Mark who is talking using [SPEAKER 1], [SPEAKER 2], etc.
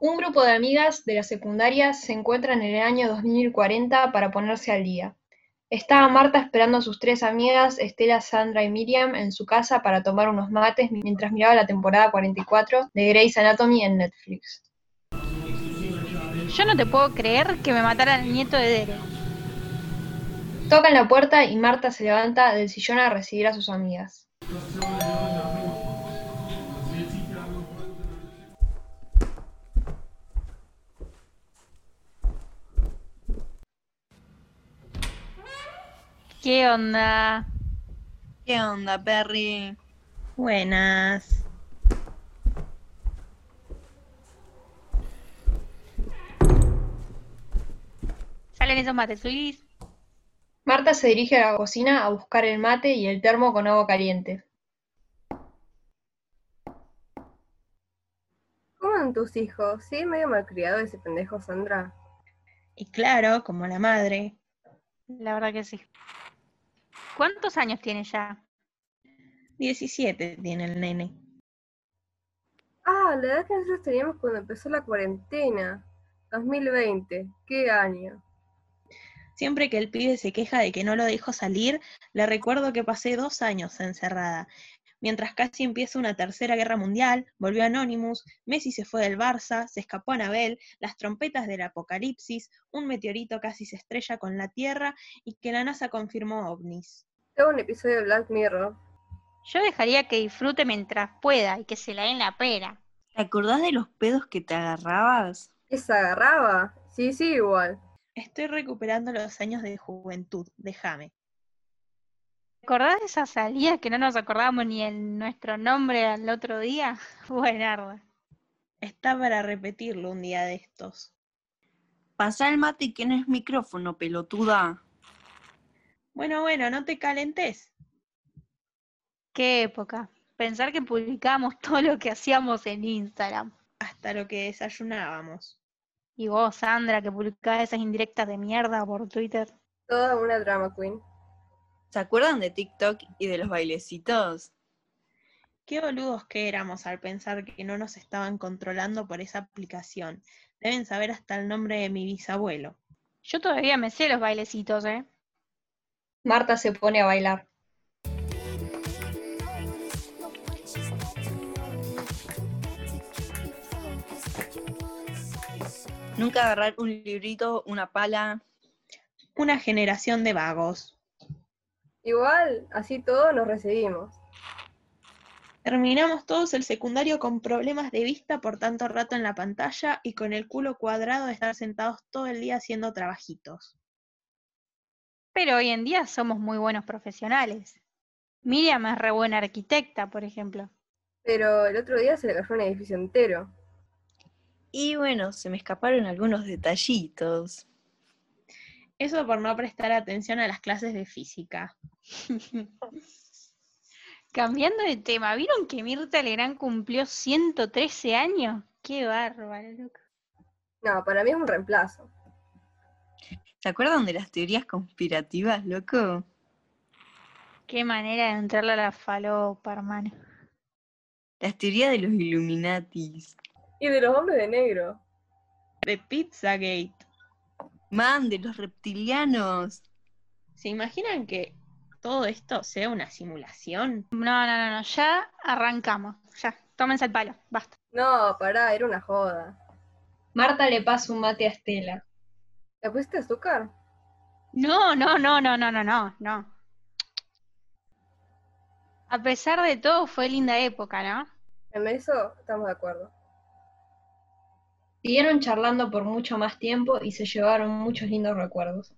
[SPEAKER 1] Un grupo de amigas de la secundaria se encuentran en el año 2040 para ponerse al día. Estaba Marta esperando a sus tres amigas, Estela, Sandra y Miriam, en su casa para tomar unos mates mientras miraba la temporada 44 de Grey's Anatomy en Netflix.
[SPEAKER 2] Yo no te puedo creer que me matara el nieto de Dere.
[SPEAKER 1] Tocan la puerta y Marta se levanta del sillón a recibir a sus amigas.
[SPEAKER 2] ¿Qué onda?
[SPEAKER 3] ¿Qué onda, Perry?
[SPEAKER 4] Buenas.
[SPEAKER 2] Salen esos mates, Luis.
[SPEAKER 1] Marta se dirige a la cocina a buscar el mate y el termo con agua caliente.
[SPEAKER 5] ¿Cómo andan tus hijos? ¿Sí? Medio malcriado ese pendejo, Sandra.
[SPEAKER 4] Y claro, como la madre.
[SPEAKER 2] La verdad que sí. ¿Cuántos años tiene ya?
[SPEAKER 4] 17 tiene el nene.
[SPEAKER 5] Ah, la edad que nosotros teníamos cuando empezó la cuarentena. 2020. ¿Qué año?
[SPEAKER 4] Siempre que el pibe se queja de que no lo dejo salir, le recuerdo que pasé dos años encerrada. Mientras casi empieza una tercera guerra mundial, volvió Anonymous, Messi se fue del Barça, se escapó Anabel, las trompetas del apocalipsis, un meteorito casi se estrella con la Tierra y que la NASA confirmó ovnis.
[SPEAKER 5] Tengo un episodio de Black Mirror.
[SPEAKER 2] Yo dejaría que disfrute mientras pueda y que se la den la pera.
[SPEAKER 3] ¿Te acordás de los pedos que te agarrabas?
[SPEAKER 5] ¿Qué se agarraba? Sí, sí, igual.
[SPEAKER 4] Estoy recuperando los años de juventud, déjame.
[SPEAKER 2] ¿Te acordás de esas salidas que no nos acordábamos ni el, nuestro nombre al otro día? Buenarda.
[SPEAKER 4] Está para repetirlo un día de estos.
[SPEAKER 3] Pasá el mate que no es micrófono, pelotuda.
[SPEAKER 4] Bueno, bueno, no te calentes.
[SPEAKER 2] Qué época. Pensar que publicábamos todo lo que hacíamos en Instagram.
[SPEAKER 4] Hasta lo que desayunábamos.
[SPEAKER 2] Y vos, Sandra, que publicaba esas indirectas de mierda por Twitter.
[SPEAKER 5] Toda una drama queen.
[SPEAKER 3] ¿Se acuerdan de TikTok y de los bailecitos?
[SPEAKER 4] Qué boludos que éramos al pensar que no nos estaban controlando por esa aplicación. Deben saber hasta el nombre de mi bisabuelo.
[SPEAKER 2] Yo todavía me sé los bailecitos, ¿eh?
[SPEAKER 1] Marta se pone a bailar.
[SPEAKER 3] Nunca agarrar un librito, una pala.
[SPEAKER 4] Una generación de vagos.
[SPEAKER 5] Igual, así todos nos recibimos.
[SPEAKER 4] Terminamos todos el secundario con problemas de vista por tanto rato en la pantalla y con el culo cuadrado de estar sentados todo el día haciendo trabajitos.
[SPEAKER 2] Pero hoy en día somos muy buenos profesionales. Miriam es re buena arquitecta, por ejemplo.
[SPEAKER 5] Pero el otro día se le cayó un edificio entero.
[SPEAKER 3] Y bueno, se me escaparon algunos detallitos.
[SPEAKER 4] Eso por no prestar atención a las clases de física.
[SPEAKER 2] Cambiando de tema, ¿vieron que Mirta Legrand cumplió 113 años? Qué bárbaro, loco.
[SPEAKER 5] No, para mí es un reemplazo.
[SPEAKER 3] ¿Se acuerdan de las teorías conspirativas, loco?
[SPEAKER 2] Qué manera de entrarle a la falopa, hermano.
[SPEAKER 3] Las teorías de los Illuminatis.
[SPEAKER 5] Y de los hombres de negro.
[SPEAKER 4] De Pizzagate.
[SPEAKER 3] Man, de los reptilianos.
[SPEAKER 4] ¿Se imaginan que todo esto sea una simulación?
[SPEAKER 2] No, no, no, no, ya arrancamos. Ya, tómense el palo, basta.
[SPEAKER 5] No, pará, era una joda.
[SPEAKER 1] Marta le pasa un mate a Estela.
[SPEAKER 5] ¿Le pusiste azúcar?
[SPEAKER 2] No, no, no, no, no, no, no, no. A pesar de todo, fue linda época, ¿no?
[SPEAKER 5] En eso estamos de acuerdo.
[SPEAKER 1] Siguieron charlando por mucho más tiempo y se llevaron muchos lindos recuerdos.